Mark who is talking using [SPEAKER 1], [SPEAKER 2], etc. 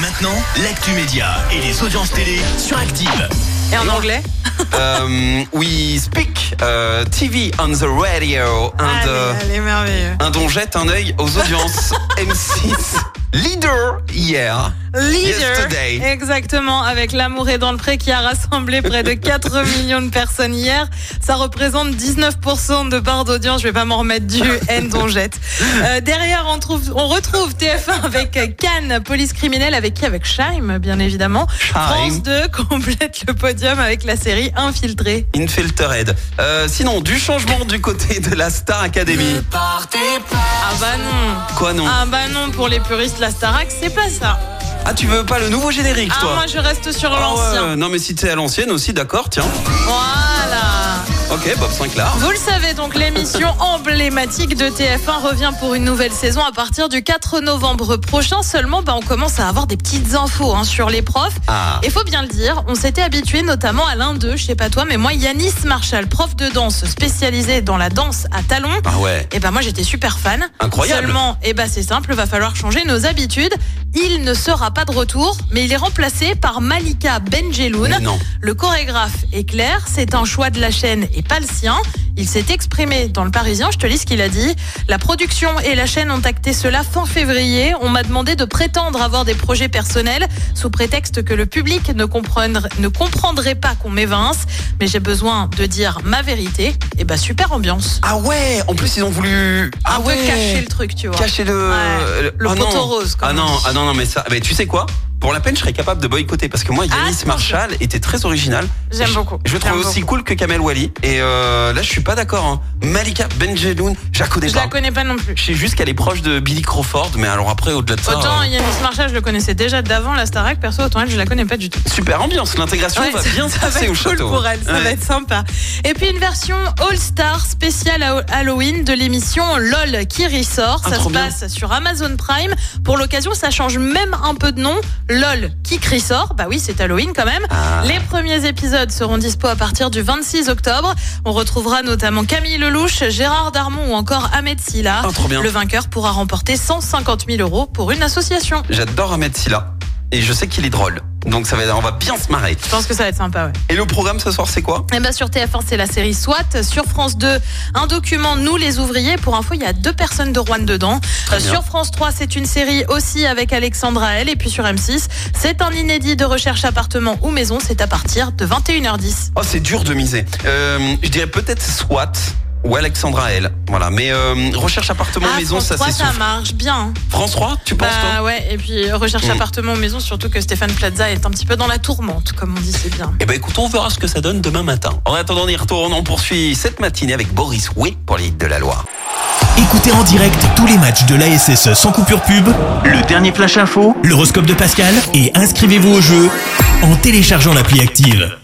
[SPEAKER 1] maintenant, l'actu média et les audiences télé sur Active.
[SPEAKER 2] Et en anglais
[SPEAKER 3] um, we speak uh, TV on the radio
[SPEAKER 2] Ah,
[SPEAKER 3] and uh,
[SPEAKER 2] Allez, allez, merveilleux.
[SPEAKER 3] and on jette un œil aux audiences. M6 leader hier.
[SPEAKER 2] Leader,
[SPEAKER 3] Yesterday.
[SPEAKER 2] exactement, avec L'amour est dans le pré qui a rassemblé près de 4 millions de personnes hier. Ça représente 19% de part d'audience. Je vais pas m'en remettre du N dont jette. Euh, derrière, on, trouve, on retrouve TF1 avec Cannes, police criminelle, avec qui Avec Scheim, bien évidemment. France 2 complète le podium avec la série Infiltré.
[SPEAKER 3] Infiltered. Euh, sinon, du changement du côté de la Star Academy.
[SPEAKER 2] Ah bah non
[SPEAKER 3] Quoi non
[SPEAKER 2] Ah bah non, pour les puristes, la Starac, c'est pas ça.
[SPEAKER 3] Ah, tu veux pas le nouveau générique,
[SPEAKER 2] Ah,
[SPEAKER 3] toi
[SPEAKER 2] moi je reste sur
[SPEAKER 3] Ah ouais,
[SPEAKER 2] l'ancien.
[SPEAKER 3] ouais, Non, mais si t'es à l'ancienne aussi, d'accord, tiens.
[SPEAKER 2] Voilà.
[SPEAKER 3] Ok, Bob Sinclair.
[SPEAKER 2] Vous le savez donc, l'émission emblématique de TF1 revient pour une nouvelle saison à partir du 4 novembre prochain. Seulement, bah, on commence à avoir des petites infos hein, sur les profs.
[SPEAKER 3] Ah.
[SPEAKER 2] Et faut bien le dire, on s'était habitué notamment à l'un d'eux, je sais pas toi, mais moi, Yanis Marshall, prof de danse spécialisé dans la danse à talons.
[SPEAKER 3] Ah ouais.
[SPEAKER 2] Et ben moi j'étais super fan.
[SPEAKER 3] Incroyable.
[SPEAKER 2] Seulement, et ben c'est simple, va falloir changer nos habitudes. Il ne sera pas de retour, mais il est remplacé par Malika Benjeloun.
[SPEAKER 3] Mais non.
[SPEAKER 2] Le chorégraphe est clair, c'est un choix de la chaîne et pas le sien. Il s'est exprimé dans le Parisien, je te lis ce qu'il a dit. La production et la chaîne ont acté cela fin février. On m'a demandé de prétendre avoir des projets personnels sous prétexte que le public ne, comprendre- ne comprendrait pas qu'on m'évince. Mais j'ai besoin de dire ma vérité. Et ben super ambiance.
[SPEAKER 3] Ah ouais, en plus, ils ont voulu.
[SPEAKER 2] Un
[SPEAKER 3] Ah
[SPEAKER 2] peu
[SPEAKER 3] ouais.
[SPEAKER 2] cacher le truc, tu vois.
[SPEAKER 3] Cacher le.
[SPEAKER 2] Ouais, le
[SPEAKER 3] Ah non.
[SPEAKER 2] poteau rose, comme
[SPEAKER 3] Ah
[SPEAKER 2] on
[SPEAKER 3] non,
[SPEAKER 2] dit.
[SPEAKER 3] ah non, non, mais ça. Mais tu sais quoi Pour la peine, je serais capable de boycotter parce que moi, Yanis
[SPEAKER 2] Attention.
[SPEAKER 3] Marshall était très original.
[SPEAKER 2] J'aime beaucoup.
[SPEAKER 3] Je le trouvais
[SPEAKER 2] J'aime
[SPEAKER 3] aussi cool que Kamel Wally. Et euh, là, je suis pas d'accord. hein. Malika Benjeloun, je la connais
[SPEAKER 2] Je
[SPEAKER 3] pas.
[SPEAKER 2] la connais pas non plus.
[SPEAKER 3] Je sais juste qu'elle est proche de Billy Crawford, mais alors après, au-delà de ça.
[SPEAKER 2] Autant
[SPEAKER 3] euh,
[SPEAKER 2] Yannis Marshall, je le connaissais déjà d'avant, la Starac, perso, autant elle, je la connais pas du tout.
[SPEAKER 3] Super ambiance, l'intégration
[SPEAKER 2] Ouais,
[SPEAKER 3] va
[SPEAKER 2] ça-
[SPEAKER 3] bien se
[SPEAKER 2] ça va
[SPEAKER 3] passer
[SPEAKER 2] être
[SPEAKER 3] Ah, au
[SPEAKER 2] cool
[SPEAKER 3] château.
[SPEAKER 2] pour elle, ça
[SPEAKER 3] Ouais.
[SPEAKER 2] va être sympa. Et puis une version All-Star spéciale à- Halloween de l'émission LOL qui ressort.
[SPEAKER 3] Ah,
[SPEAKER 2] ça
[SPEAKER 3] trop
[SPEAKER 2] se
[SPEAKER 3] bien.
[SPEAKER 2] passe sur Amazon Prime. Pour l'occasion, ça change même un peu de nom. LOL qui ressort. Bah oui, c'est Halloween quand même.
[SPEAKER 3] Ah.
[SPEAKER 2] Les premiers épisodes seront dispo à partir du 26 octobre. On retrouvera notamment Camille Lelouch, Gérard Darmon ou encore Ahmed Silla.
[SPEAKER 3] Ah, trop bien.
[SPEAKER 2] Le vainqueur pourra remporter 150 000 euros pour une association.
[SPEAKER 3] J'adore Ahmed Silla. Et je sais qu'il est drôle. Donc ça va, on va bien se marrer.
[SPEAKER 2] Je pense que ça va être sympa, ouais.
[SPEAKER 3] Et le programme ce soir, c'est quoi
[SPEAKER 2] Eh ben, sur TF1, c'est la série SWAT. Sur France 2, un document Nous les ouvriers. Pour info, il y a deux personnes de Rouen dedans. Euh,
[SPEAKER 3] bien.
[SPEAKER 2] sur France 3, c'est une série aussi avec Alexandra L. Et puis sur M6, c'est un inédit de recherche appartement ou maison. C'est à partir de 21h10.
[SPEAKER 3] Oh, c'est dur de miser. Euh, je dirais peut-être SWAT ou Alexandra L. Voilà, mais euh, recherche appartement
[SPEAKER 2] Ah,
[SPEAKER 3] maison,
[SPEAKER 2] France
[SPEAKER 3] ça
[SPEAKER 2] 3,
[SPEAKER 3] c'est
[SPEAKER 2] ça
[SPEAKER 3] sûr.
[SPEAKER 2] marche bien.
[SPEAKER 3] France 3, tu penses toi
[SPEAKER 2] Bah ouais, et puis euh, recherche
[SPEAKER 3] Mm.
[SPEAKER 2] appartement ou maison, surtout que Stéphane Plaza est un petit peu dans la tourmente, comme on dit, c'est bien.
[SPEAKER 3] Eh ben écoute, on verra ce que ça donne demain matin. En attendant, on y retourne. On poursuit cette matinée avec Boris Way pour les hits de la Loire.
[SPEAKER 1] Écoutez en direct tous les matchs de l'ASSE sans coupure pub,
[SPEAKER 4] Le dernier flash info
[SPEAKER 1] l'horoscope de Pascal et inscrivez-vous au jeu en téléchargeant l'appli Active.